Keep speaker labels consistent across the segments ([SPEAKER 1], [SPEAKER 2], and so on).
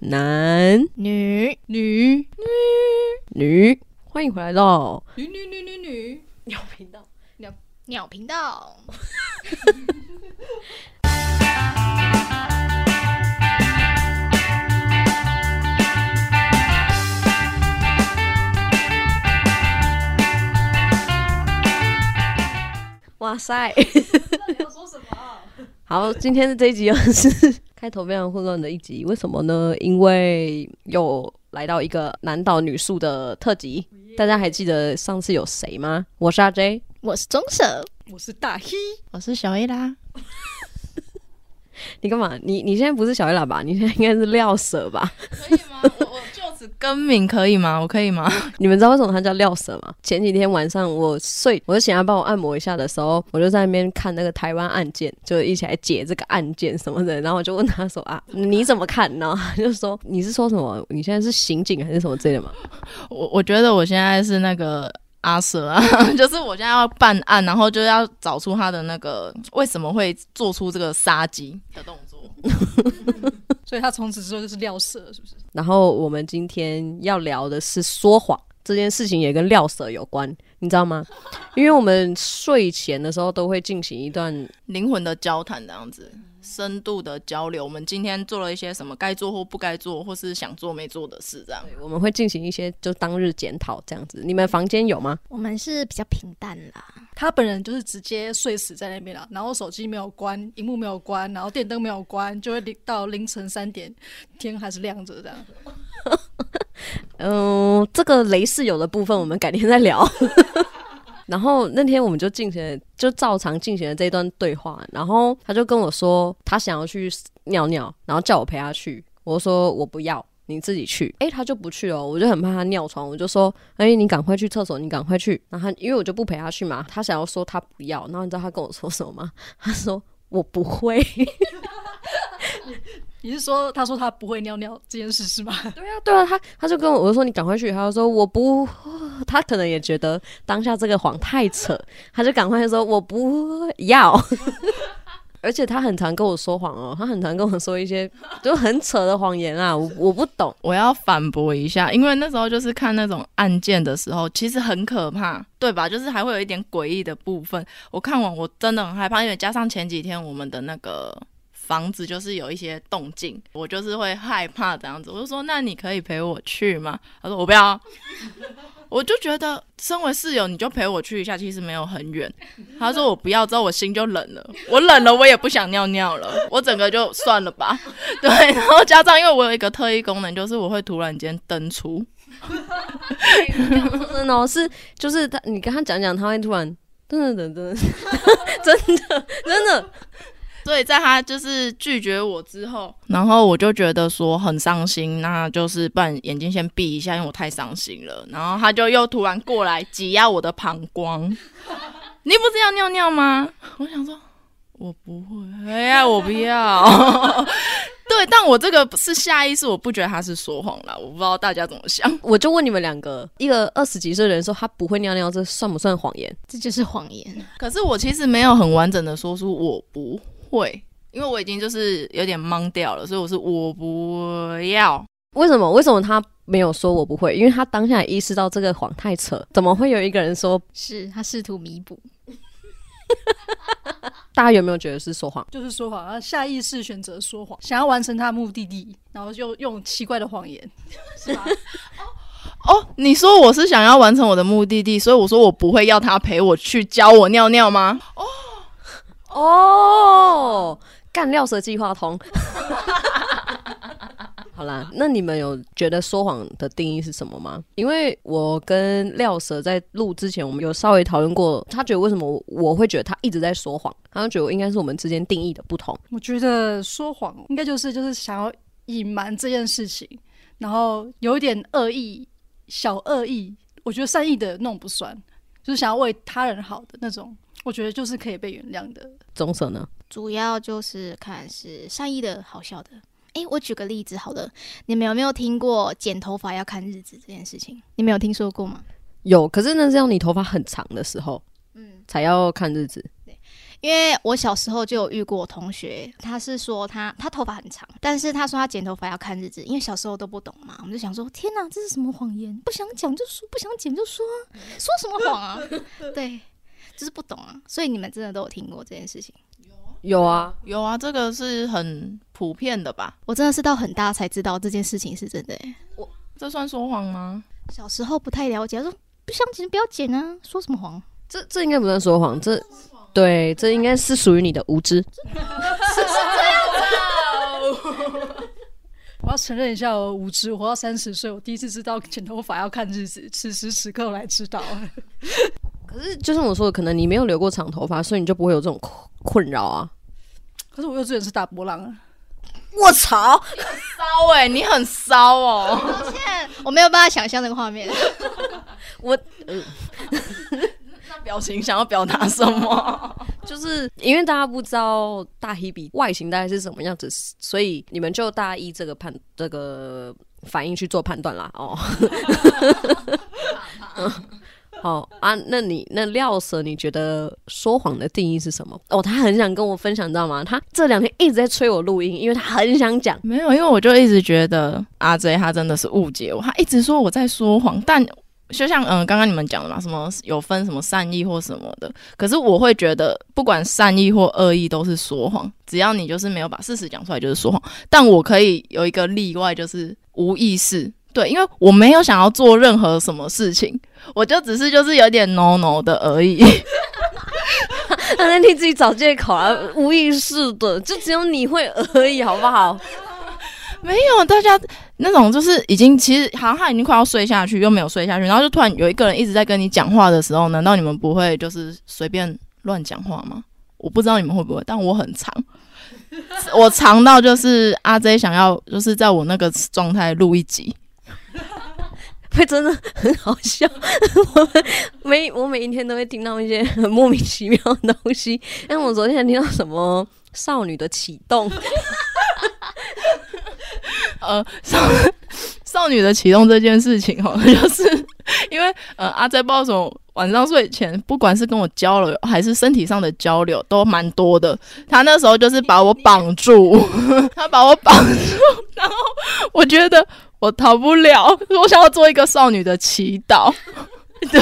[SPEAKER 1] 男、
[SPEAKER 2] 女
[SPEAKER 1] 女、女，欢迎回来到
[SPEAKER 2] 女女女女女
[SPEAKER 1] 鸟频道。
[SPEAKER 2] 鸟频道，
[SPEAKER 1] 哇塞！
[SPEAKER 2] 你要说什么？
[SPEAKER 1] 好，今天的这一集又是开头非常混乱的一集，为什么呢？因为又来到一个男导女宿的特辑。大家还记得上次有谁吗？我是阿 J，
[SPEAKER 2] 我是棕蛇，
[SPEAKER 3] 我是大黑，
[SPEAKER 2] 我是小 A 啦。
[SPEAKER 1] 你干嘛？你你现在不是小黑喇叭，你现在应该是廖舍吧？
[SPEAKER 3] 可以吗？我我就此更名可以吗？我可以吗？
[SPEAKER 1] 你们知道为什么他叫廖舍吗？前几天晚上我睡，我就请他帮我按摩一下的时候，我就在那边看那个台湾案件，就一起来解这个案件什么的。然后我就问他说啊，你怎么看？然后他 就说你是说什么？你现在是刑警还是什么之类的吗？
[SPEAKER 3] 我我觉得我现在是那个阿蛇啊， 就是我现在要办案，然后就要找出他的那个为什么会做出这个杀鸡的动作。
[SPEAKER 4] 所以他从此之后就是料色，是不是？
[SPEAKER 1] 然后我们今天要聊的是说谎这件事情，也跟廖舍有关，你知道吗？因为我们睡前的时候都会进行一段
[SPEAKER 3] 灵魂的交谈这样子，深度的交流。我们今天做了一些什么该做或不该做，或是想做没做的事，这样。
[SPEAKER 1] 我们会进行一些就当日检讨这样子。你们房间有吗？
[SPEAKER 2] 我们是比较平淡啦，
[SPEAKER 4] 他本人就是直接睡死在那边了，然后手机没有关，荧幕没有关，然后电灯没有关，就会凌到凌晨三点，天还是亮着这样。
[SPEAKER 1] 嗯、这个雷室友的部分我们改天再聊。 然后那天我们就进行了，就照常进行了这一段对话。然后他就跟我说他想要去尿尿，然后叫我陪他去。我说我不要，你自己去。诶，他就不去哦，我就很怕他尿床，我就说，诶，你赶快去厕所，你赶快去。然后他因为我就不陪他去嘛，他想要说他不要。然后你知道他跟我说什么吗？他说我不会。
[SPEAKER 4] 你是说他说他不会尿尿这件事是吗？
[SPEAKER 1] 对啊，他他就跟我我就说你赶快去，他就说我不，他可能也觉得当下这个谎太扯，他就赶快说我不要。 而且他很常跟我说谎哦，他很常跟我说一些就很扯的谎言啊，我我不懂。
[SPEAKER 3] 我要反驳一下，因为那时候就是看那种案件的时候，其实很可怕，对吧？就是还会有一点诡异的部分。我看完我真的很害怕，因为加上前几天我们的那个房子就是有一些动静，我就是会害怕这样子。我就说：“那你可以陪我去吗？”他说：“我不要。”我就觉得，身为室友，你就陪我去一下，其实没有很远。他说我不要，之后我心就冷了，我冷了，我也不想尿尿了，我整个就算了吧。 对，然后加上因为我有一个特异功能，就是我会突然间登出，
[SPEAKER 1] 说真的哦，是就是他，你跟他讲讲，他会突然 噔噔噔噔，真的真的，
[SPEAKER 3] 所以在他就是拒绝我之后，然后我就觉得说很伤心，那就是不然眼睛先闭一下，因为我太伤心了。然后他就又突然过来挤压我的膀胱，你不是要尿尿吗？我想说，我不会，哎呀，我不要。 对，但我这个是下意识，我不觉得他是说谎啦，我不知道大家怎么想。
[SPEAKER 1] 我就问你们两个，一个二十几岁的人说他不会尿尿，这算不算谎言？
[SPEAKER 2] 这就是谎 言。
[SPEAKER 3] 可是我其实没有很完整的说出我不会，因为我已经就是有点懵掉了，所以我是我不要。
[SPEAKER 1] 为什么？为什么他没有说我不会？因为他当下也意识到这个谎太扯，怎么会有一个人说？
[SPEAKER 2] 是他试图弥补，
[SPEAKER 1] 大家有没有觉得是说谎？
[SPEAKER 4] 就是说谎，他下意识选择说谎，想要完成他的目的地，然后就用奇怪的谎言， 是吧？
[SPEAKER 3] 哦，你说我是想要完成我的目的地，所以我说我不会要他陪我去教我尿尿吗？
[SPEAKER 1] 哦，干料蛇计划通。 好啦，那你们有觉得说谎的定义是什么吗？因为我跟廖蛇在录之前，我们有稍微讨论过，他觉得为什么我我会觉得他一直在说谎，他就觉得我应该是我们之间定义的不同。
[SPEAKER 4] 我觉得说谎应该就是就是想要隐瞒这件事情，然后有一点恶意，小恶意。我觉得善意的那种不算，就是想要为他人好的那种，我觉得就是可以被原谅的。
[SPEAKER 1] 棕色呢？
[SPEAKER 2] 主要就是看是善意的、好笑的。诶，我举个例子好了，你们有没有听过剪头发要看日子这件事情？你们有听说过吗？
[SPEAKER 1] 有，可是那是要你头发很长的时候
[SPEAKER 2] 嗯，
[SPEAKER 1] 才要看日子。
[SPEAKER 2] 因为我小时候就有遇过同学，他是说他他头发很长，但是他说他剪头发要看日子，因为小时候都不懂嘛，我们就想说天哪，这是什么谎言？不想讲就说，不想剪就说啊，说什么谎 啊？对，就是不懂啊。所以你们真的都有听过这件事情，
[SPEAKER 1] 有啊，
[SPEAKER 3] 有啊，这个是很普遍的吧？
[SPEAKER 2] 我真的是到很大才知道这件事情是真的、欸。
[SPEAKER 3] 这算说谎吗？
[SPEAKER 2] 小时候不太了解，他说不想剪就不要剪啊，说什么谎？
[SPEAKER 1] 这这应该不算说谎，这对，这应该是属于你的无知。
[SPEAKER 4] 我要承认一下，我无知。我活到三十岁，我第一次知道剪头发要看日子，此时此刻我来知 道。
[SPEAKER 1] 可是就像我说的，可能你没有留过长头发，所以你就不会有这种困困扰啊。
[SPEAKER 4] 可是我幼稚园是大波浪 啊，
[SPEAKER 1] 我操！
[SPEAKER 3] 骚哎、你很骚哦！
[SPEAKER 2] 抱歉，我没有办法想象那个画面。
[SPEAKER 3] 那表情想要表达什么？
[SPEAKER 1] 就是因为大家不知道大黑比外形大概是什么样子，所以你们就大家依这个判这个反应去做判断啦。哦， 嗯好啊，那你那廖 Sir，你觉得说谎的定义是什么？哦，他很想跟我分享，你知道吗？他这两天一直在催我录音，因为他很想讲。
[SPEAKER 3] 没有，因为我就一直觉得阿 J 他真的是误解我，他一直说我在说谎，但就像嗯刚刚你们讲的嘛，什么有分什么善意或什么的，可是我会觉得不管善意或恶意都是说谎，只要你就是没有把事实讲出来就是说谎。但我可以有一个例外，就是无意识。对，因为我没有想要做任何什么事情，我就只是就是有点 no no 的而已。
[SPEAKER 1] 他在替自己找借口啊，无意识的，就只有你会而已，好不好？
[SPEAKER 3] 没有，大家那种就是已经其实好像他已经快要睡下去，又没有睡下去，然后就突然有一个人一直在跟你讲话的时候，难道你们不会就是随便乱讲话吗？我不知道你们会不会，但我很长， 我长到就是阿 J 想要就是在我那个状态录一集，
[SPEAKER 1] 会真的很好笑。 我们每我每一天都会听到一些 很莫名其妙的东西，但我昨天还听到什么少女的启动，
[SPEAKER 3] 呃，少少女的启动这件事情哦， 就是因为呃阿 J 不知道为什么晚上睡前，不管是跟我交流还是身体上的交流，都蛮多的。他那时候就是把我绑住， 他把我绑住，然后我觉得我逃不了，我想要做一个少女的祈祷， 对。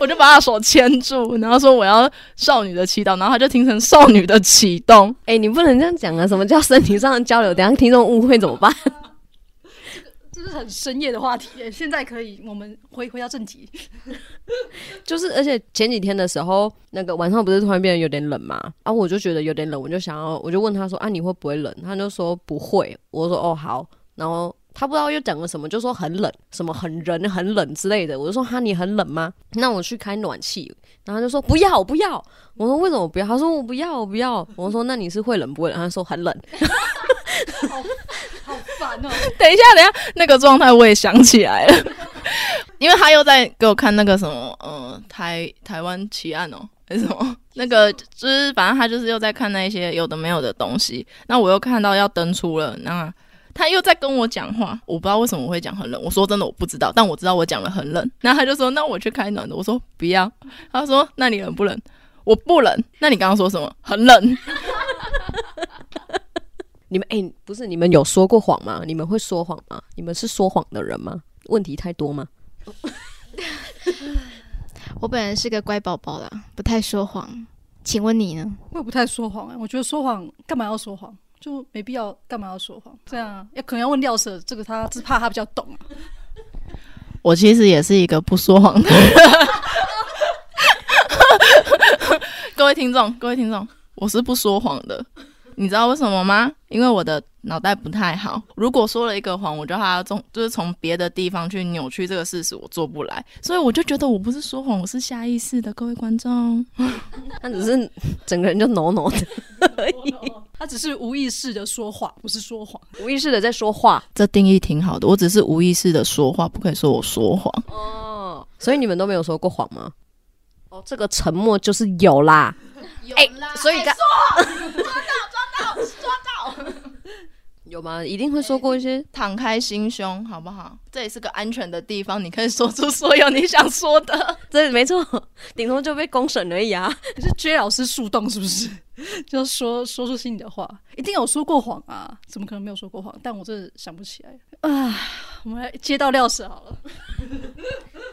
[SPEAKER 3] 我就把他的手牵住，然后说我要少女的祈祷，然后他就听成少女的启动，
[SPEAKER 1] 哎、你不能这样讲啊！什么叫身体上的交流？等一下听众误会怎么办？
[SPEAKER 4] 这是很深夜的话题耶。现在可以，我们回回到正题。
[SPEAKER 1] 就是，而且前几天的时候，那个晚上不是突然变得有点冷嘛，啊，我就觉得有点冷，我就想要，我就问他说啊，你会不会冷？他就说不会。我说哦好，然后他不知道又讲了什么，就说很冷，什么很人很冷之类的。我就说哈，你很冷吗？那我去开暖气。然后他就说不要我不要。我说为什么不要？他说我不要我不要。我说那你是会冷不会冷？他说很冷。
[SPEAKER 4] 好好烦哦、
[SPEAKER 3] 等一下，等一下，那个状态我也想起来了， 因为他又在给我看那个什么，呃，台台湾奇案哦，还是什么？那个就是反正他就是又在看那一些有的没有的东西。那我又看到要登出了，那他又在跟我讲话，我不知道为什么我会讲很冷。我说真的我不知道，但我知道我讲了很冷。 那他就说那我去开暖的，我说不要。他说那你冷不冷？我不冷。那你刚刚说什么？很冷。
[SPEAKER 1] 你们哎、不是你们有说过谎吗？你们会说谎吗？你们是说谎的人吗？问题太多吗？
[SPEAKER 2] 我本人是个乖宝宝啦，不太说谎。请问你呢？
[SPEAKER 4] 我也不太说谎哎、我觉得说谎干嘛要说谎？就没必要，干嘛要说谎？这样啊，要可能要问廖 Sir，这个他是怕他比较懂啊。
[SPEAKER 3] 我其实也是一个不说谎的人。 各位听众，各位听众，我是不说谎的。你知道为什么吗？因为我的脑袋不太好。如果说了一个谎，我就还要从就是从别的地方去扭曲这个事实，我做不来。所以我就觉得我不是说谎，我是下意识的。各位观众，
[SPEAKER 1] 他只是整个人就挠挠的，
[SPEAKER 4] 他只是无意识的说谎，不是说谎。
[SPEAKER 1] 无意识的在说话。
[SPEAKER 3] 这定义挺好的。我只是无意识的说话，不可以说我说谎。
[SPEAKER 1] 哦，所以你们都没有说过谎吗？哦，这个沉默就是有啦。哎哎、所以刚、有吗？一定会说过一些
[SPEAKER 3] 敞开心胸，好不好？这也是个安全的地方，你可以说出所有你想说的。
[SPEAKER 1] 对，没错，顶多就被公审而已啊。
[SPEAKER 4] 你是 J 老师树洞是不是？ 就说说出心里的话，一定有说过谎啊，怎么可能没有说过谎？但我真的想不起来啊。我们来接到钥匙好了，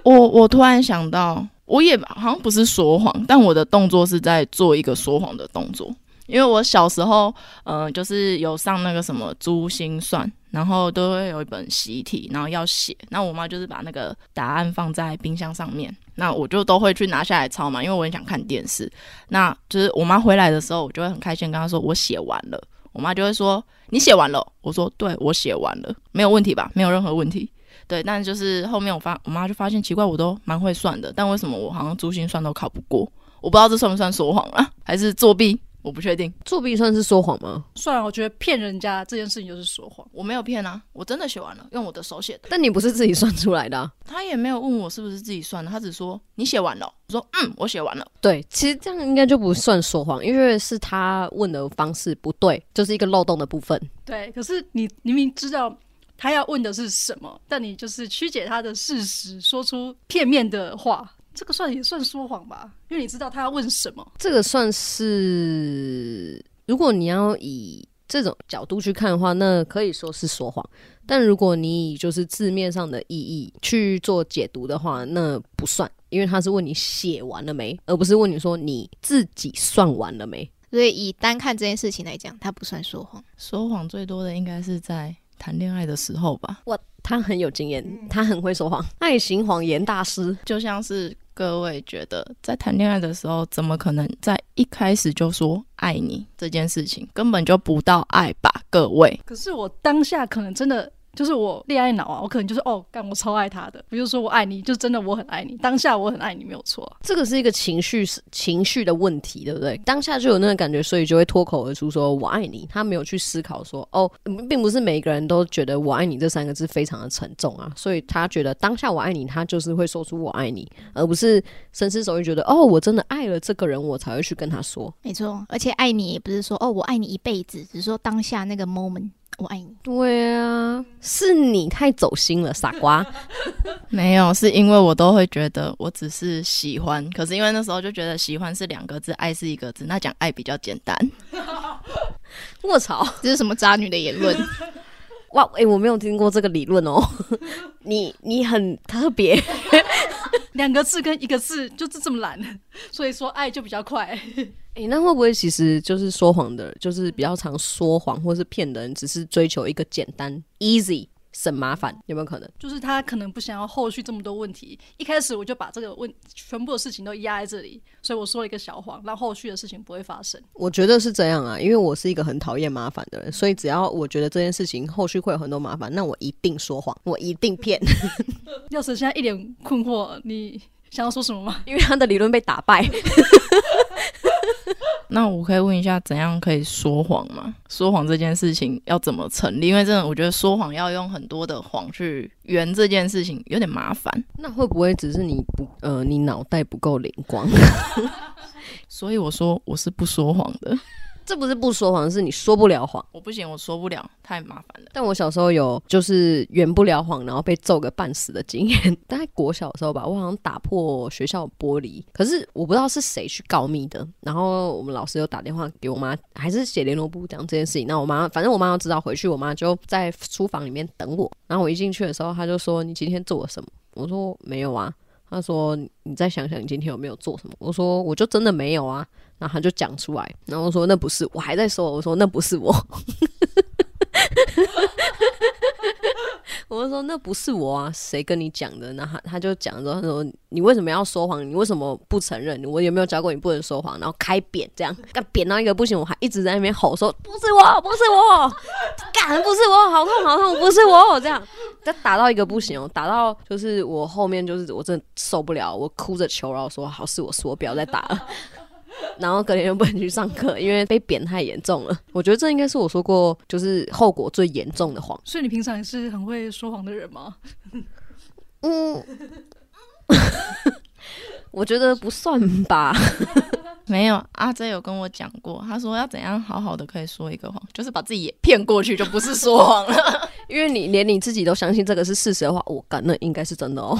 [SPEAKER 3] 我我突然想到，我也好像不是说谎，但我的动作是在做一个说谎的动作。因为我小时候，嗯、就是有上那个什么珠心算，然后都会有一本习题，然后要写。那我妈就是把那个答案放在冰箱上面，那我就都会去拿下来抄嘛，因为我很想看电视。那就是我妈回来的时候，我就会很开心跟她说我写完了。我妈就会说你写完了，我说对我写完了，没有问题吧？没有任何问题。对，但就是后面我发我妈就发现奇怪，我都蛮会算的，但为什么我好像珠心算都考不过？我不知道这算不算说谎啊，还是作弊？我不确定，
[SPEAKER 1] 作弊算是说谎吗？
[SPEAKER 4] 算了，我觉得骗人家这件事情就是说谎。
[SPEAKER 3] 我没有骗啊，我真的写完了，用我的手写的。
[SPEAKER 1] 但你不是自己算出来的啊、
[SPEAKER 3] 他也没有问我是不是自己算的，他只说你写完了哦，我说嗯，我写完了。
[SPEAKER 1] 对，其实这样应该就不算说谎，因为是他问的方式不对，就是一个漏洞的部分。
[SPEAKER 4] 对，可是你明明知道他要问的是什么，但你就是曲解他的事实，说出片面的话，这个算也算说谎吧？因为你知道他要问什么。
[SPEAKER 1] 这个算是，如果你要以这种角度去看的话，那可以说是说谎；但如果你以就是字面上的意义去做解读的话，那不算，因为他是问你写完了没，而不是问你说你自己算完了没。
[SPEAKER 2] 所以以单看这件事情来讲，它不算说谎。
[SPEAKER 3] 说谎最多的应该是在谈恋爱的时候吧，
[SPEAKER 1] 他很有经验，他很会说谎，爱情谎言大师。
[SPEAKER 3] 就像是各位觉得在谈恋爱的时候，怎么可能在一开始就说爱你这件事情，根本就不到爱吧，各位。
[SPEAKER 4] 可是我当下可能真的就是我恋爱脑啊，我可能就是哦，干我超爱他的，比如说我爱你，就真的我很爱你，当下我很爱你没有错啊、
[SPEAKER 1] 这个是一个情绪情绪的问题，对不对？当下就有那个感觉，所以就会脱口而出说“我爱你”。他没有去思考说，哦，嗯并不是每一个人都觉得“我爱你”这三个字非常的沉重啊，所以他觉得当下“我爱你”，他就是会说出“我爱你”，而不是深思熟虑觉得“哦，我真的爱了这个人，我才会去跟他说
[SPEAKER 2] 没错，而且爱你也不是说哦我爱你一辈子，只是说当下那个 moment 我爱你”。。
[SPEAKER 1] 对啊，是你太走心了，傻瓜。
[SPEAKER 3] 没有，是因为我都会觉得我只是喜欢，可是因为那时候就觉得喜欢是两个字，爱是一个字，那讲爱比较简单。
[SPEAKER 1] 卧槽！
[SPEAKER 2] 这是什么渣女的言论？
[SPEAKER 1] 哇，诶、我没有听过这个理论哦， 你你很特别。
[SPEAKER 4] 两个字跟一个字就是这么懒，所以说爱就比较快。
[SPEAKER 1] 诶、那会不会其实就是说谎的，就是比较常说谎或是骗人，只是追求一个简单 easy 省麻烦，有没有可能？
[SPEAKER 4] 就是他可能不想要后续这么多问题，一开始我就把这个问全部的事情都压在这里，所以我说了一个小谎，让后续的事情不会发生。
[SPEAKER 1] 我觉得是这样啊，因为我是一个很讨厌麻烦的人，所以只要我觉得这件事情后续会有很多麻烦，那我一定说谎，我一定骗，
[SPEAKER 4] 要是现在一脸困惑，你想要说什么吗？
[SPEAKER 1] 因为他的理论被打 败。
[SPEAKER 3] 那我可以问一下，怎样可以说谎吗？说谎这件事情要怎么成立？因为真的，我觉得说谎要用很多的谎去圆这件事情，有点麻烦。
[SPEAKER 1] 那会不会只是你不呃，你脑袋不够灵 光？
[SPEAKER 3] 所以我说我是不说谎的，
[SPEAKER 1] 这不是不说谎，是你说不了谎。
[SPEAKER 3] 我不行，我说不了，太麻烦了。
[SPEAKER 1] 但我小时候有就是圆不了谎，然后被揍个半死的经验。 大概国小的时候吧，我好像打破学校玻璃，可是我不知道是谁去告密的。然后我们老师又打电话给我妈，还是写联络簿讲这件事情。那我妈，反正我妈要知道，回去我妈就在书房里面等我。然后我一进去的时候，她就说：“你今天做了什么？”我说：“没有啊。”她说：“你再想想，你今天有没有做什么？”我说：“我就真的没有啊。”然后她就讲出来，然后我说：“那不是，我还在说。”我说：“那不是我。”我就说那不是我啊，谁跟你讲的？然后他他就讲说，他说你为什么要说谎？你为什么不承认？我有没有教过你不能说谎？然后开扁这样，干扁到一个不行，我还一直在那边吼说不是我，不是我，干不是我，好痛好痛，不是我这样，但打到一个不行哦，打到就是我后面就是我真的受不了，我哭着求饶说好是我说不要再打了。 然后隔天就不能去上课，因为被扁太严重了。我觉得这应该是我说过就是后果最严重的谎。
[SPEAKER 4] 所以你平常也是很会说谎的人吗？
[SPEAKER 1] 嗯，我觉得不算吧。
[SPEAKER 3] 没有，阿 J 有跟我讲过，他说要怎样好好的可以说一个谎，就是把自己也骗过去，就不是说谎了。
[SPEAKER 1] 因为你连你自己都相信这个是事实的话，我干那应该是真的 哦。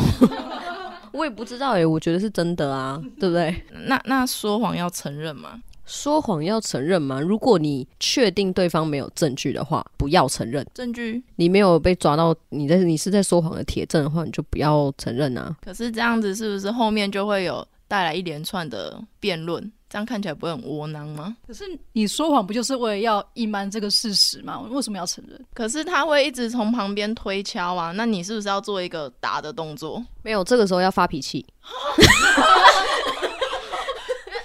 [SPEAKER 1] 我也不知道诶、欸我觉得是真的啊，对不对？
[SPEAKER 3] 那那说谎要承认吗？
[SPEAKER 1] 说谎要承认吗？如果你确定对方没有证据的话，不要承认。
[SPEAKER 3] 证据？
[SPEAKER 1] 你没有被抓到你在你是在说谎的铁证的话，你就不要承认啊。
[SPEAKER 3] 可是这样子是不是后面就会有带来一连串的辩论？这样看起来不会很窝囊吗？
[SPEAKER 4] 可是你说谎不就是为了要隐瞒这个事实吗？为什么要承认？
[SPEAKER 3] 可是他会一直从旁边推敲啊，那你是不是要做一个打的动作？
[SPEAKER 1] 没有，这个时候要发脾气。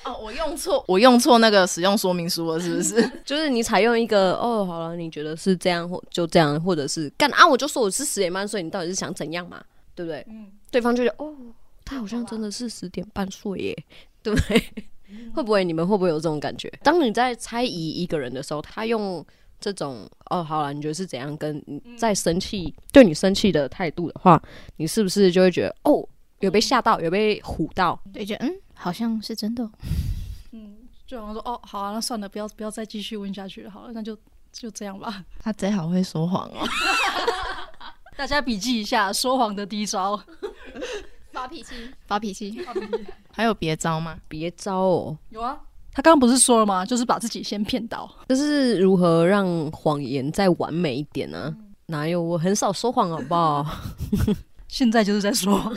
[SPEAKER 3] 哦，我用错，我用错那个使用说明书了，是不 是？
[SPEAKER 1] 就是你采用一个哦，好了，你觉得是这样或就这样，或者是干啊，我就说我是十点半睡，你到底是想怎样嘛？对不对？对方就觉得哦，他好像真的是十点半睡耶，对不对？ 会不会你们会不会有这种感觉？当你在猜疑一个人的时候，他用这种哦，好了，你觉得是怎样，跟你在生气、对你生气的态度的话，你是不是就会觉得哦，有被吓到，有被唬到？
[SPEAKER 2] 对，就嗯，好像是真的哦。
[SPEAKER 4] 就好像说哦，好啊，那算了，不要不要再继续问下去了，好了，那就就这样吧。
[SPEAKER 3] 他贼好会说谎哦，
[SPEAKER 4] 大家笔记一下说谎的第一招。
[SPEAKER 2] 发脾气，发脾气，
[SPEAKER 3] 还有别招吗？
[SPEAKER 1] 别招哦，
[SPEAKER 4] 有啊，他刚刚不是说了吗？就是把自己先骗倒。
[SPEAKER 1] 这是如何让谎言再完美一点呢、啊哪有我很少说谎，好不好？
[SPEAKER 4] 现在就是在说谎，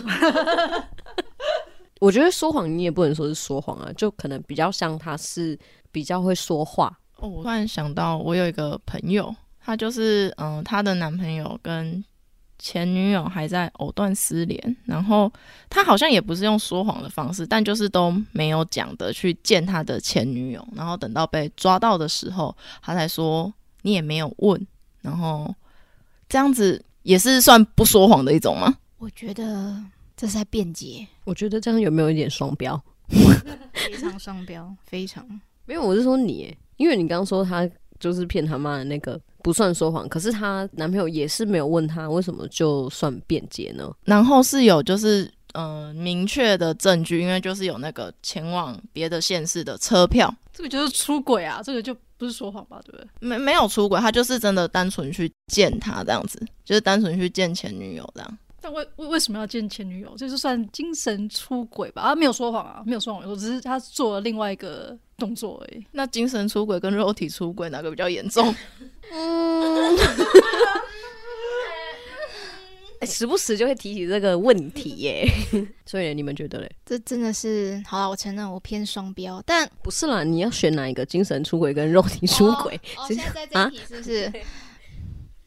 [SPEAKER 1] 我觉得说谎你也不能说是说谎啊，就可能比较像他是比较会说话，
[SPEAKER 3] 哦，我突然想到，我有一个朋友，她就是嗯、呃她的男朋友跟前女友还在藕断丝连，然后她好像也不是用说谎的方式，但就是都没有讲的去见她的前女友，然后等到被抓到的时候，她才说你也没有问，然后这样子也是算不说谎的一种吗？
[SPEAKER 2] 我觉得这是在辩解，
[SPEAKER 1] 我觉得这样有没有一点双标？
[SPEAKER 2] 非常双标，非常。
[SPEAKER 1] 没有，我是说你耶，因为你刚刚说他就是骗他妈的那个不算说谎，可是她男朋友也是没有问她为什么就算辩解呢？
[SPEAKER 3] 然后是有就是嗯、呃明确的证据，因为就是有那个前往别的县市的车票。
[SPEAKER 4] 这个就是出轨啊，这个就不是说谎吧，对不对？
[SPEAKER 3] 没没有出轨，他就是真的单纯去见他这样子，就是单纯去见前女友这样。
[SPEAKER 4] 但为为为什么要见前女友？这就算精神出轨吧？他没有说谎啊，没有说谎，我只是他做了另外一个动作而已。
[SPEAKER 3] 那精神出轨跟肉体出轨哪个比较严 重？
[SPEAKER 1] 哎时不时就会提起这个问题耶， 所以你们觉得嘞？
[SPEAKER 2] 这真的是好了，我承认我偏双标，但
[SPEAKER 1] 不是啦，你要选哪一个？精神出轨跟肉体出轨？
[SPEAKER 2] 哦，哦
[SPEAKER 1] 其实啊
[SPEAKER 2] 现在这一题是不是？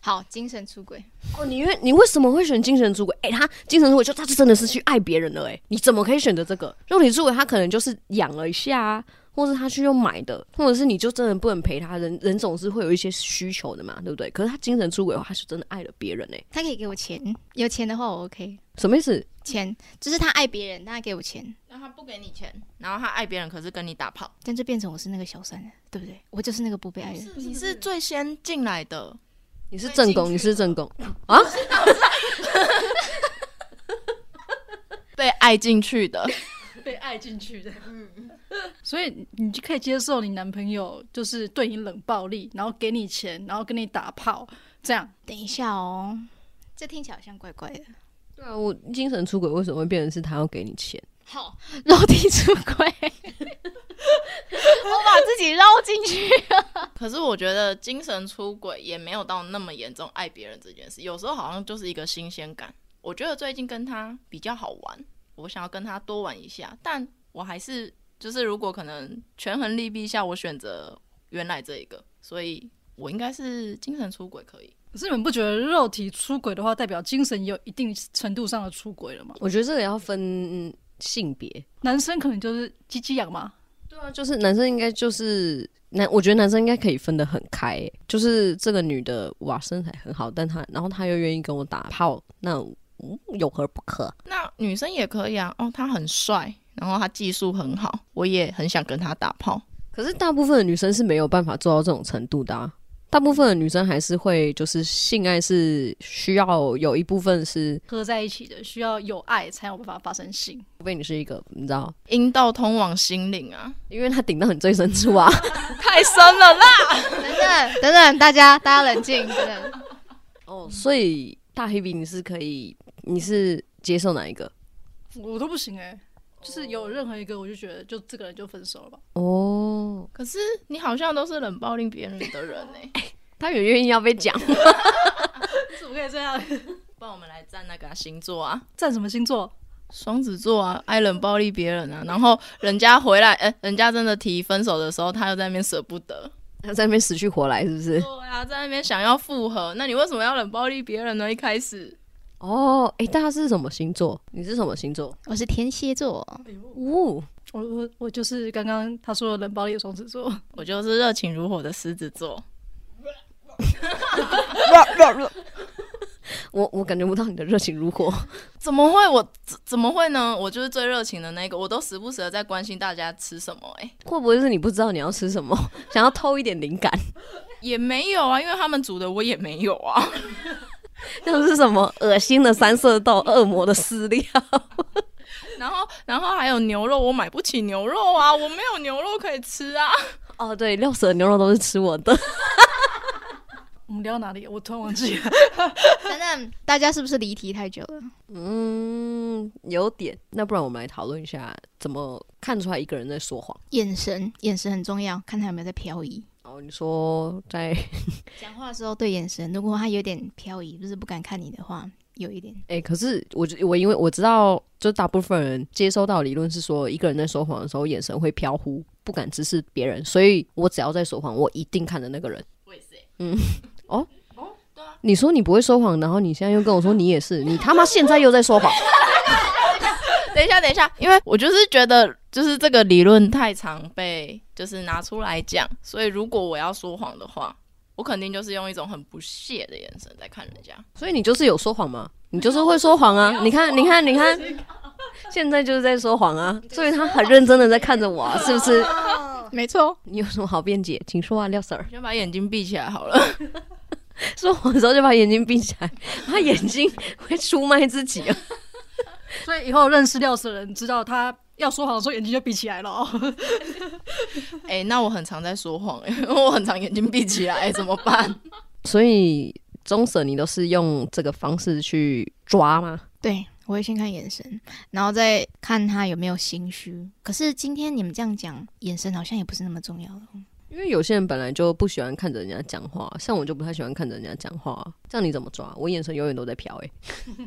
[SPEAKER 2] 好，精神出轨，
[SPEAKER 1] 哦，你为你为什么会选精神出轨？哎、他精神出轨就他就真的是去爱别人了、哎，你怎么可以选择这个？肉体出轨他可能就是养了一下、啊，或是他去用买的，或者是你就真的不能陪他，人人总是会有一些需求的嘛，对不对？可是他精神出轨的话，他是真的爱了别人、哎，
[SPEAKER 2] 他可以给我钱，有钱的话我 OK。
[SPEAKER 1] 什么意思？
[SPEAKER 2] 钱就是他爱别人，但他给我钱，
[SPEAKER 3] 那他不给你钱，然后他爱别人，可是跟你打炮，
[SPEAKER 2] 但就变成我是那个小三了，对不对？我就是那个不被爱的人。
[SPEAKER 3] 你是最先进来的，
[SPEAKER 1] 你是正宫，你是正宫啊？
[SPEAKER 3] 被爱进去的。
[SPEAKER 4] 被爱进去的，所以你就可以接受你男朋友就是对你冷暴力，然后给你钱，然后跟你打炮，这样
[SPEAKER 2] 等一下哦，这听起来好像怪怪的。
[SPEAKER 1] 对啊，我精神出轨为什么会变成是他要给你钱？
[SPEAKER 2] 好， 肉体出 轨，我把自己绕进去。
[SPEAKER 3] 可是我觉得精神出轨也没有到那么严重，爱别人这件事，有时候好像就是一个新鲜感。我觉得最近跟他比较好玩，我想要跟他多玩一下，但我还是就是如果可能权衡利弊下，我选择原来这一个，所以我应该是精神出轨可以。
[SPEAKER 4] 可是你们不觉得肉体出轨的话，代表精神也有一定程度上的出轨了吗？
[SPEAKER 1] 我觉得这个要分性别，
[SPEAKER 4] 男生可能就是鸡鸡痒嘛，
[SPEAKER 1] 对啊，就是男生应该就是男，我觉得男生应该可以分得很开、欸就是这个女的哇身材很好，但她然后她又愿意跟我打炮，那嗯有何不可？
[SPEAKER 3] 那女生也可以啊，哦，他很帅，然后他技术很好，我也很想跟他打炮。
[SPEAKER 1] 可是大部分的女生是没有办法做到这种程度的、啊，大部分的女生还是会就是性爱是需要有一部分是
[SPEAKER 4] 合在一起的，需要有爱才有办法发生性。
[SPEAKER 1] 除非你是一个你知道，
[SPEAKER 3] 阴道通往心灵啊，
[SPEAKER 1] 因为它顶到你最深处啊。
[SPEAKER 3] 太深了啦！
[SPEAKER 2] 等等等等，大家大家冷静，等等。
[SPEAKER 1] 哦，所以大黑比你是可以，你是接受哪一个？
[SPEAKER 4] 我都不行哎、就是有任何一个，我就觉得就这个人就分手了吧。
[SPEAKER 1] 哦，
[SPEAKER 3] 可是你好像都是冷暴力别人的人欸呢、
[SPEAKER 1] 他有愿意要被讲吗？
[SPEAKER 4] 怎么可以这样？
[SPEAKER 3] 不然我们来站那个、啊、星座啊，
[SPEAKER 4] 占什么星座？
[SPEAKER 3] 双子座啊，爱冷暴力别人啊，然后人家回来，哎、人家真的提分手的时候，他又在那边舍不得。
[SPEAKER 1] 他在那边死去活来，是不是
[SPEAKER 3] 对？啊，在那边想要复合，那你为什么要冷暴力别人呢？一开始
[SPEAKER 1] 哦，诶，大家是什么星座？你是什么星座？
[SPEAKER 2] 我是天蝎座，
[SPEAKER 1] 哦，
[SPEAKER 4] 我我我就是刚刚他说的冷暴力的双子座，
[SPEAKER 3] 我就是热情如火的狮子座，
[SPEAKER 1] 我我感觉不到你的热情如火。
[SPEAKER 3] 怎么会我怎怎么会呢？我就是最热情的那个，我都时不时的在关心大家吃什么、哎，
[SPEAKER 1] 会不会是你不知道你要吃什么， 想要偷一点灵感？
[SPEAKER 3] 也没有啊，因为他们煮的我也没有啊。
[SPEAKER 1] 像是什么恶心的三色豆、恶魔的饲料？
[SPEAKER 3] 然后，然后还有牛肉，我买不起牛肉啊，我没有牛肉可以吃啊。
[SPEAKER 1] 哦，对，六蛇牛肉都是吃我的。
[SPEAKER 4] 我们聊到哪里？我突然忘记了。
[SPEAKER 2] 等等，大家是不是离题太久了？
[SPEAKER 1] 嗯，有点。那不然我们来讨论一下，怎么看出来一个人在说谎？
[SPEAKER 2] 眼神，眼神很重要，看他有没有在漂移。
[SPEAKER 1] 哦，你说在
[SPEAKER 2] 讲话的时候对眼神，如果他有点漂移，就是不敢看你的话，有一点。
[SPEAKER 1] 哎、可是我觉我因为我知道，就大部分人接收到的理论是说，一个人在说谎的时候眼神会飘忽，不敢直视别人，所以我只要在说谎，我一定看着那个人。嗯哦
[SPEAKER 3] 我也是、
[SPEAKER 1] 你说你不会说谎，然后你现在又跟我说你也是，你他妈现在又在说谎。
[SPEAKER 3] 等一下，等一下，因为我就是觉得，就是这个理论太常被就是拿出来讲，所以如果我要说谎的话，我肯定就是用一种很不屑的眼神在看人家。
[SPEAKER 1] 所以你就是有说谎吗？你就是会说谎啊！你看，你看，你看，现在就是在说谎啊！所以他很认真的在看着我、啊，是不是？
[SPEAKER 4] 哦
[SPEAKER 3] 没错，
[SPEAKER 1] 你有什么好辩解？请说啊，廖 Sir。
[SPEAKER 3] 先把眼睛闭起来好了。
[SPEAKER 1] 说谎的时候就把眼睛闭起来，他眼睛会出卖自己啊！
[SPEAKER 4] 所以以后认识廖氏的人知道他要说谎的时候眼睛就闭起来了、哦。
[SPEAKER 3] 哎、那我很常在说谎、因为我很常眼睛闭起来、哎怎么办？
[SPEAKER 1] 所以中舍你都是用这个方式去抓吗？
[SPEAKER 2] 对，我会先看眼神，然后再看他有没有心虚。可是今天你们这样讲，眼神好像也不是那么重要了。
[SPEAKER 1] 因为有些人本来就不喜欢看着人家讲话，像我就不太喜欢看着人家讲话、啊这样你怎么抓？我眼神永远都在瞟欸诶、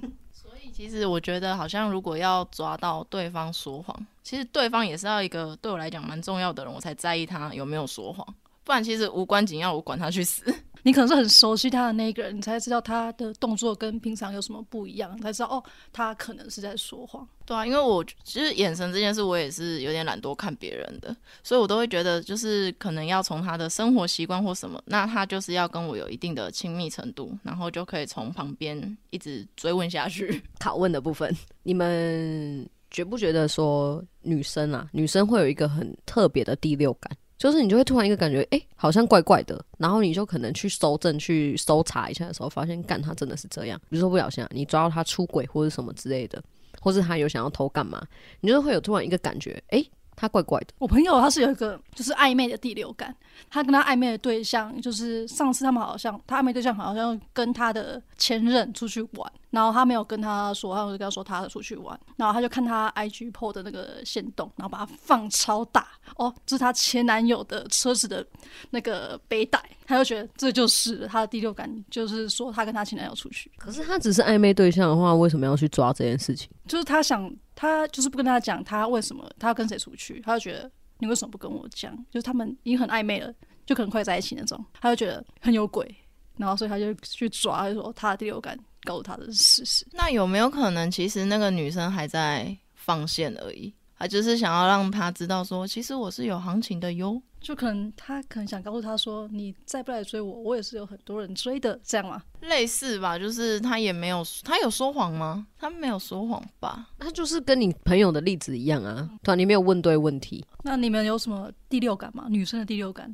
[SPEAKER 3] 其实我觉得，好像如果要抓到对方说谎，其实对方也是要一个对我来讲蛮重要的人，我才在意他有没有说谎。不然其实无关紧要，我管他去死。
[SPEAKER 4] 你可能是很熟悉他的那一个人，你才知道他的动作跟平常有什么不一样，你才知道哦，他可能是在说谎。
[SPEAKER 3] 对啊，因为我其实眼神这件事，我也是有点懒惰看别人的，所以我都会觉得，就是可能要从他的生活习惯或什么，那他就是要跟我有一定的亲密程度，然后就可以从旁边一直追问下去。
[SPEAKER 1] 拷问的部分， 你们觉不觉得说女生啊，女生会有一个很特别的第六感，就是你就会突然一个感觉，诶，好像怪怪的，然后你就可能去搜证、去搜查一下的时候，发现干他真的是这样。比如说不小心、啊、你抓到他出轨或者什么之类的，或是他有想要偷干嘛，你就会有突然一个感觉，诶，他怪怪的。
[SPEAKER 4] 我朋友他是有一个就是暧昧的第六感，他跟他暧昧的对象就是上次他们好像他暧昧对象好像跟他的前任出去玩，然后他没有跟他说，他就跟他说他出去玩，然后他就看他 IG PO 的那个线动，然后把它放超大哦，这是他前男友的车子的那个背带，他就觉得这就是了他的第六感，就是说他跟他前男友出去，
[SPEAKER 1] 可是他只是暧昧对象的话，为什么要去抓这件事情？
[SPEAKER 4] 就是他想，他就是不跟他讲他为什么他要跟谁出去，他就觉得你为什么不跟我讲？就是他们已经很暧昧了，就可能快在一起那种，他就觉得很有鬼，然后所以他就去抓，就说他的第六感告诉他的是事实。
[SPEAKER 3] 那有没有可能，其实那个女生还在放线而已，她就是想要让他知道说，其实我是有行情的哟。
[SPEAKER 4] 就可能他可能想告诉他说，你再不来追我，我也是有很多人追的，这样嘛。
[SPEAKER 3] 类似吧，就是他也没有，他有说谎吗？他没有说谎吧？
[SPEAKER 1] 那就是跟你朋友的例子一样啊，对啊，你没有问对问题。
[SPEAKER 4] 那你们有什么第六感吗？女生的第六感，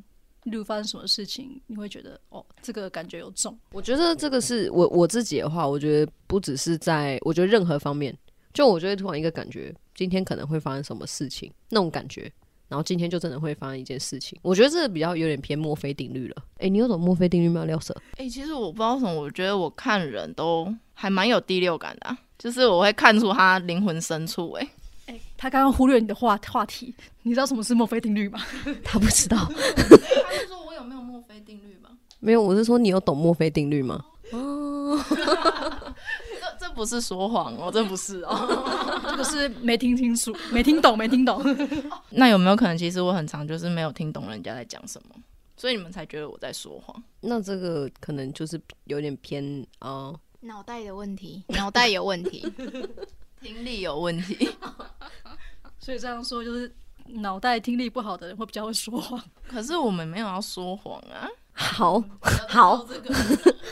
[SPEAKER 4] 例如发生什么事情，你会觉得哦，这个感觉有中。
[SPEAKER 1] 我觉得这个是我我自己的话，我觉得不只是在，我觉得任何方面，就我就会突然一个感觉，今天可能会发生什么事情那种感觉，然后今天就真的会发生一件事情。我觉得这个比较有点偏墨菲定律了。诶，你有懂墨菲定律吗，廖 Sir？
[SPEAKER 3] 哎、其实我不知道为什么，我觉得我看人都还蛮有第六感的啊、就是我会看出他灵魂深处、哎，
[SPEAKER 4] 他刚刚忽略你的话话题，你知道什么是墨菲定律吗？
[SPEAKER 1] 他不知道，
[SPEAKER 3] 他是说我有没有墨菲定律吧？
[SPEAKER 1] 没有，我是说你有懂墨菲定律吗？
[SPEAKER 3] 这这不是说谎哦，这不是哦。
[SPEAKER 4] 这个是没听清楚，没听懂，没听懂。
[SPEAKER 3] 那有没有可能，其实我很常就是没有听懂人家在讲什么，所以你们才觉得我在说谎？
[SPEAKER 1] 那这个可能就是有点偏啊、呃
[SPEAKER 2] 脑袋的问题，脑袋有问题。
[SPEAKER 3] 听力有问题，
[SPEAKER 4] 所以这样说就是脑袋听力不好的人会比较会说谎。
[SPEAKER 3] 可是我们没有要说谎啊。
[SPEAKER 1] 好好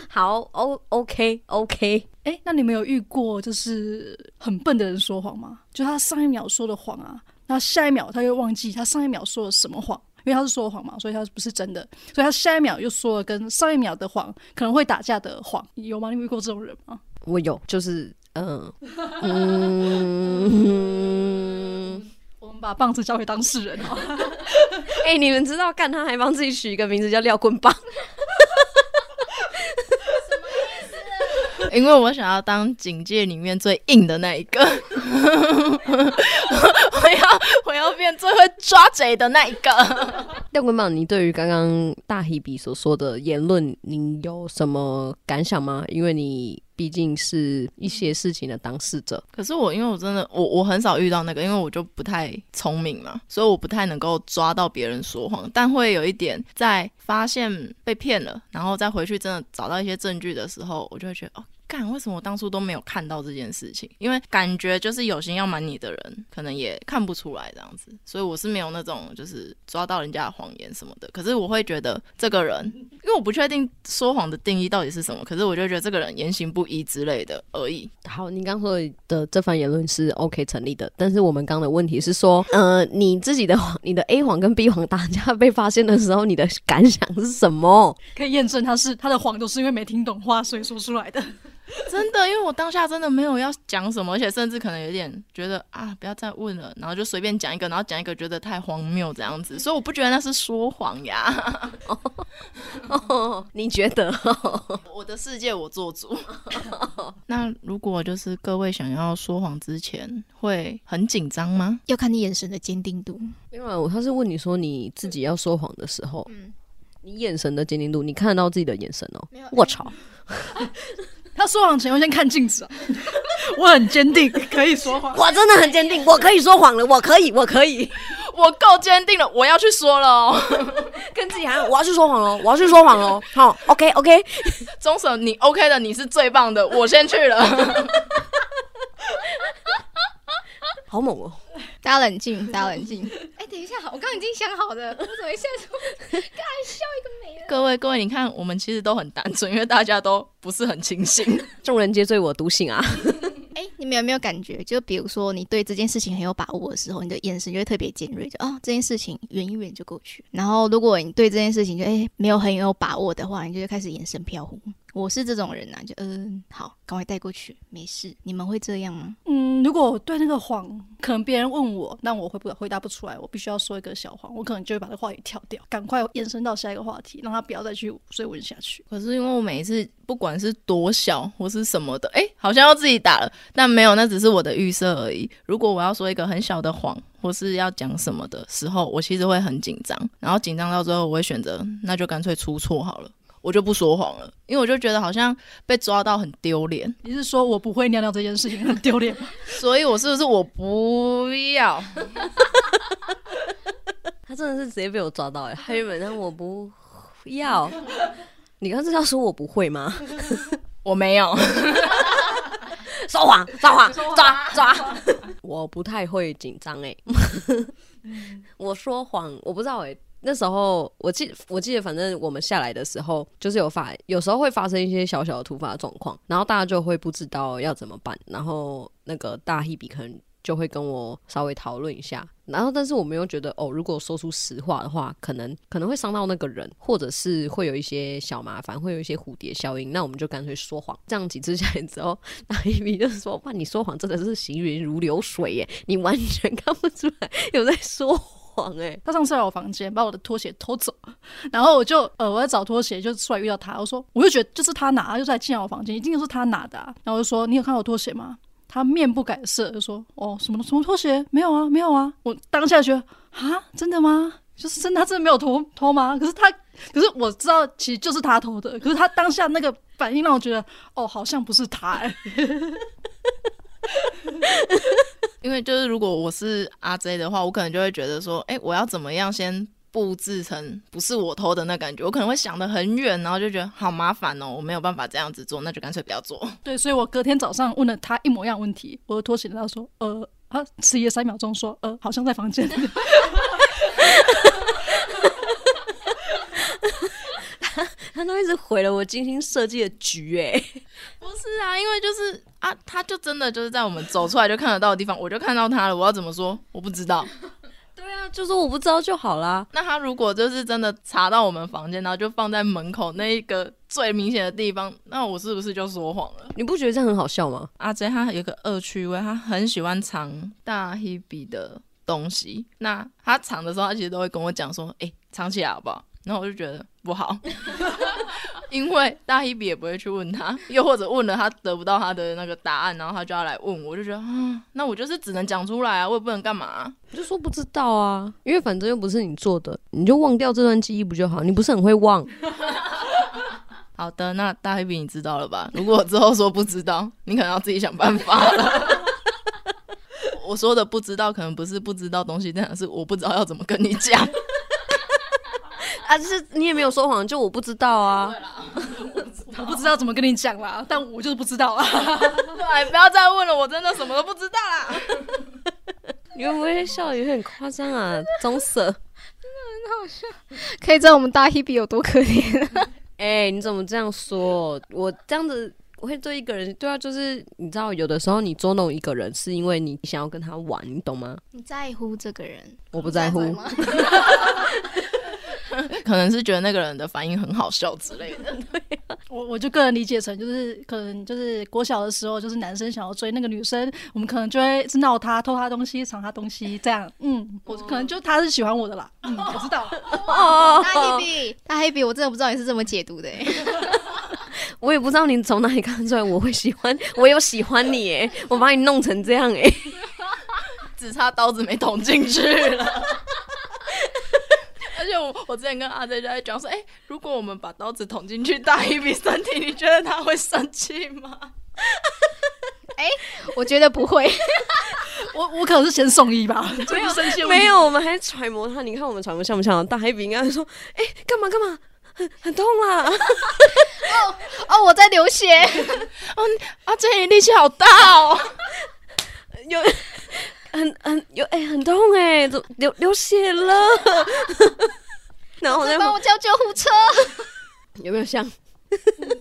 [SPEAKER 1] 好哦 O OK OK，
[SPEAKER 4] 哎、那你们有遇过就是很笨的人说谎吗？就他上一秒说的谎啊，那下一秒他又忘记他上一秒说了什么谎，因为他是说谎嘛，所以他不是真的，所以他下一秒又说了跟上一秒的谎，可能会打架的谎，有吗？你遇过这种人吗？
[SPEAKER 1] 我有，就是嗯嗯。
[SPEAKER 4] 我们把棒子交给当事人哦。
[SPEAKER 1] 哎、你们知道，干他还帮自己取一个名字叫廖棍棒，
[SPEAKER 3] 因为我想要当警戒里面最硬的那一个， 我要我要变最会抓贼的那一个。
[SPEAKER 1] 廖棍棒，你对于刚刚大黑比所说的言论，你有什么感想吗？因为你毕竟是一些事情的当事者，
[SPEAKER 3] 可是我因为我真的我我很少遇到那个，因为我就不太聪明嘛，所以我不太能够抓到别人说谎，但会有一点在发现被骗了，然后再回去真的找到一些证据的时候，我就会觉得哦。干，为什么我当初都没有看到这件事情？因为感觉就是有心要瞒你的人，可能也看不出来这样子，所以我是没有那种就是抓到人家的谎言什么的。可是我会觉得这个人，因为我不确定说谎的定义到底是什么，可是我就觉得这个人言行不一之类的而已。
[SPEAKER 1] 好，你刚说的这番言论是 OK 成立的，但是我们刚的问题是说，呃，你自己的谎，你的 A 谎跟 B 谎打架被发现的时候，你的感想是什么？
[SPEAKER 4] 可以验证他是他的谎都是因为没听懂话，所以说出来的。
[SPEAKER 3] 真的，因为我当下真的没有要讲什么，而且甚至可能有点觉得啊，不要再问了，然后就随便讲一个，然后讲一个觉得太荒谬这样子，所以我不觉得那是说谎呀。
[SPEAKER 1] 哦，你觉得？ 哦
[SPEAKER 3] 我的世界我做主。 那如果就是各位想要说谎之前，会很紧张吗？
[SPEAKER 2] 要看你眼神的坚定度。
[SPEAKER 1] 没有啊，我他是问你说你自己要说谎的时候，你眼神的坚定度，你看得到自己的眼神哦。我操！
[SPEAKER 4] 他说谎前要先看镜子、啊， 我很坚定，可以说谎。
[SPEAKER 1] 我真的很坚定，我可以说谎了，我可以，我可以，
[SPEAKER 3] 我够坚定了，我要去说了哦。
[SPEAKER 1] 跟自己喊我要去说谎哦喽，我要去说谎喽。好，OK OK，
[SPEAKER 3] 钟婶，你 OK 的，你是最棒的，我先去了。
[SPEAKER 1] 好猛哦！
[SPEAKER 2] 大家冷静，大家冷静。
[SPEAKER 5] 哎，等一下，我刚刚已经想好 了，我怎么一下就刚才笑一个没了？
[SPEAKER 3] 各位各位，你看我们其实都很单纯，因为大家都不是很清醒。
[SPEAKER 1] 众人皆醉我独醒啊！
[SPEAKER 2] 哎，你们有没有感觉？就比如说，你对这件事情很有把握的时候，你的眼神就会特别尖锐，就哦，这件事情远一远就过去。然后，如果你对这件事情就哎没有很有把握的话，你就会开始眼神飘忽。我是这种人啊，就嗯、好，赶快带过去，没事。你们会这样吗？
[SPEAKER 4] 嗯，如果我对那个谎，可能别人问我，那我会不回答不出来，我必须要说一个小谎，我可能就会把这个话题跳掉，赶快延伸到下一个话题，让他不要再去追问下去。
[SPEAKER 3] 可是因为我每一次不管是多小或是什么的，哎、好像要自己打了，但没有，那只是我的预设而已。如果我要说一个很小的谎，或是要讲什么的时候，我其实会很紧张，然后紧张到最后，我会选择那就干脆出错好了，我就不说谎了，因为我就觉得好像被抓到很丢脸，
[SPEAKER 4] 你是说我不会尿尿这件事情很丢脸吗？
[SPEAKER 3] 所以我是不是我不要？
[SPEAKER 1] 他真的是直接被我抓到哎、欸，他原本让我不要。你刚是要说我不会吗？
[SPEAKER 3] 我没有，
[SPEAKER 1] 说谎，说谎，啊抓抓。 我不太会紧张哎，我说谎，我不知道哎、那时候我记我记得，反正我们下来的时候，就是有发，有时候会发生一些小小的突发状况，然后大家就会不知道要怎么办，然后那个大 Hebe 可能就会跟我稍微讨论一下。然后，但是我没有觉得哦，如果说出实话的话，可能可能会伤到那个人，或者是会有一些小麻烦，会有一些蝴蝶效应。那我们就干脆说谎。这样几次下来之后，那一米 就是说：“哇，你说谎真的是行云如流水耶，你完全看不出来有在说谎哎。”
[SPEAKER 4] 他上次来我房间把我的拖鞋偷走，然后我就呃我在找拖鞋，就出来遇到他，我说我就觉得就是他拿，他就是来进来我房间，一定就是他拿的、啊。然后我就说你有看到我拖鞋吗？他面不改色就说哦什么什么拖鞋没有啊没有啊。我当下觉得啊真的吗？就是真的他真的没有偷偷吗？可是他可是我知道其实就是他偷的，可是他当下那个反应让我觉得哦好像不是他、欸，
[SPEAKER 3] 因为就是如果我是阿 J 的话，我可能就会觉得说，哎、我要怎么样先布置成不是我偷的那感觉，我可能会想得很远，然后就觉得好麻烦哦，我没有办法这样子做，那就干脆不要做。
[SPEAKER 4] 对，所以我隔天早上问了他一模一样问题，我的拖鞋他说呃。他迟疑了三秒钟，说：“呃，好像在房间。”
[SPEAKER 1] 他都一直毁了我精心设计的局哎、
[SPEAKER 3] 不是啊，因为就是啊，他就真的就是在我们走出来就看得到的地方，我就看到他了，我要怎么说？我不知道。
[SPEAKER 1] 对啊，就说我不知道就好啦。
[SPEAKER 3] 那他如果就是真的查到我们房间，然后就放在门口那一个最明显的地方，那我是不是就说谎了？
[SPEAKER 1] 你不觉得这样很好笑吗？
[SPEAKER 3] 阿 J 他有一个恶趣味，他很喜欢藏大 Hebe 的东西。那他藏的时候，他其实都会跟我讲说：“哎、藏起来好不好？”然后我就觉得不好， 因为大 Hebe 也不会去问他，又或者问了他得不到他的那个答案，然后他就要来问我，我就觉得啊，那我就是只能讲出来啊，我也不能干嘛啊、
[SPEAKER 1] 我就说不知道啊，因为反正又不是你做的，你就忘掉这段记忆不就好？你不是很会忘？
[SPEAKER 3] 好的，那大黑饼你知道了吧？如果我之后说不知道，你可能要自己想办法了。 我说的不知道，可能不是不知道东西，但是我不知道要怎么跟你讲。
[SPEAKER 1] 啊，就是你也没有说谎，就我不知道啊。
[SPEAKER 4] 我不知道怎么跟你讲啦，但我就是不知道啊。
[SPEAKER 3] 对，哎不要再问了，我真的什么都不知道啦。
[SPEAKER 1] 你会不会笑得有点夸张啊？棕色，
[SPEAKER 5] 可以知道我们大 Hebe 有多可怜。
[SPEAKER 1] 哎、你怎么这样说？我这样子。我会对一个人，对啊，就是你知道，有的时候你捉弄一个人，是因为你想要跟他玩，你懂吗？
[SPEAKER 5] 你在乎这个人？
[SPEAKER 1] 我不在乎，
[SPEAKER 5] 吗？
[SPEAKER 3] 可能是觉得那个人的反应很好笑之类的。
[SPEAKER 4] 我我就个人理解成，就是可能就是国小的时候，就是男生想要追那个女生，我们可能就会是闹她、偷她东西、藏她东西这样。嗯，我可能就他是喜欢我的啦。嗯， 我知道。
[SPEAKER 1] 哦
[SPEAKER 5] 大 Hebe，大 Hebe，我真的不知道你是这么解读的欸。
[SPEAKER 1] 我也不知道你从哪里看出来我会喜欢，我有喜欢你哎，我把你弄成这样哎，
[SPEAKER 3] 只差刀子没捅进去了。 而且我我之前跟阿 J 就在讲说，哎、如果我们把刀子捅进去大一比身体，你觉得他会生气吗？
[SPEAKER 5] 我觉得不会，
[SPEAKER 4] 我我可能是先送医 吧，这不生气的问题
[SPEAKER 1] 没有，我们还揣摩他，你看我们揣摩像不像？大黑饼应该说，哎、干嘛干嘛，很很痛啊啦。
[SPEAKER 5] 哦，我在流 血，
[SPEAKER 3] 阿 J 你力气好大 哦。
[SPEAKER 1] 有很很有哎、很痛哎、怎么流流血了？ 然后我在
[SPEAKER 5] 帮我叫救护车。
[SPEAKER 1] 有没有像？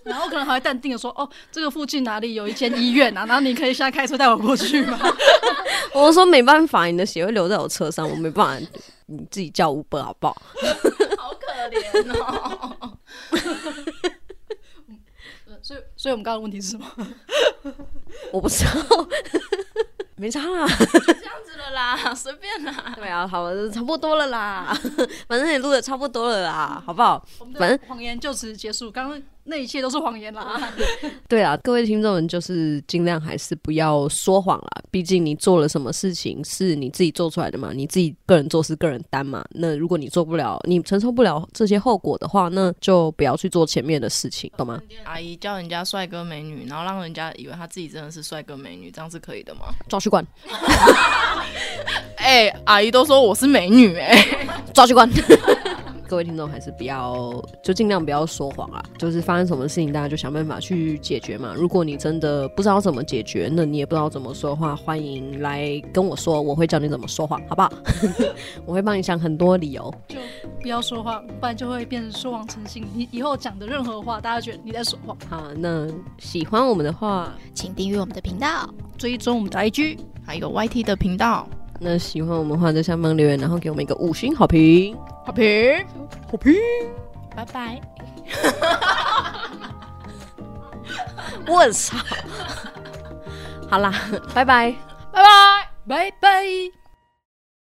[SPEAKER 4] 然后可能还会淡定的说：“哦，这个附近哪里有一间医院啊？然后你可以现在开车带我过去吗
[SPEAKER 1] 我说没办法，你的血会留在我车上，我没办法，你自己叫 Uber 好不好？
[SPEAKER 3] 好可怜哦！？”
[SPEAKER 4] 所以，所以我们刚刚的问题是什么？
[SPEAKER 1] 我不知道， 没差啦。
[SPEAKER 3] 这样子了啦，随便啦。
[SPEAKER 1] 对啊，好，差不多了啦， 反正也录的差不多了啦，好不好？反正
[SPEAKER 4] 谎言就此结束。刚刚那一切都是谎言啦。
[SPEAKER 1] 对啊，各位听众们，就是尽量还是不要说谎啦。毕竟你做了什么事情是你自己做出来的嘛，你自己个人做事个人担嘛。那如果你做不了，你承受不了这些后果的话，那就不要去做前面的事情，懂吗？
[SPEAKER 3] 阿姨叫人家帅哥美女，然后让人家以为他自己真的是帅哥美女，这样是可以的吗？
[SPEAKER 1] 抓去关，
[SPEAKER 3] 哎、阿姨都说我是美女哎、
[SPEAKER 1] 抓去关。 各位听众还是不要，就尽量不要说谎啦。就是发生什么事情，大家就想办法去解决嘛。如果你真的不知道怎么解决，那你也不知道怎么说的话，欢迎来跟我说，我会教你怎么说谎，好不好？ 我会帮你想很多理由。
[SPEAKER 4] 就不要说谎，不然就会变成说谎成性。你以后讲的任何话，大家觉得你在说谎。
[SPEAKER 1] 好，那喜欢我们的话，
[SPEAKER 5] 请订阅我们的频道。
[SPEAKER 4] 追踪我们的 IG，
[SPEAKER 3] 还有一个 YT 的频道。
[SPEAKER 1] 那喜欢我们的话，在下方留言，然后给我们一个五星好评。
[SPEAKER 3] 好评，
[SPEAKER 1] 好评，
[SPEAKER 3] 拜拜。
[SPEAKER 1] 我 操！好啦，拜拜。
[SPEAKER 4] 拜拜。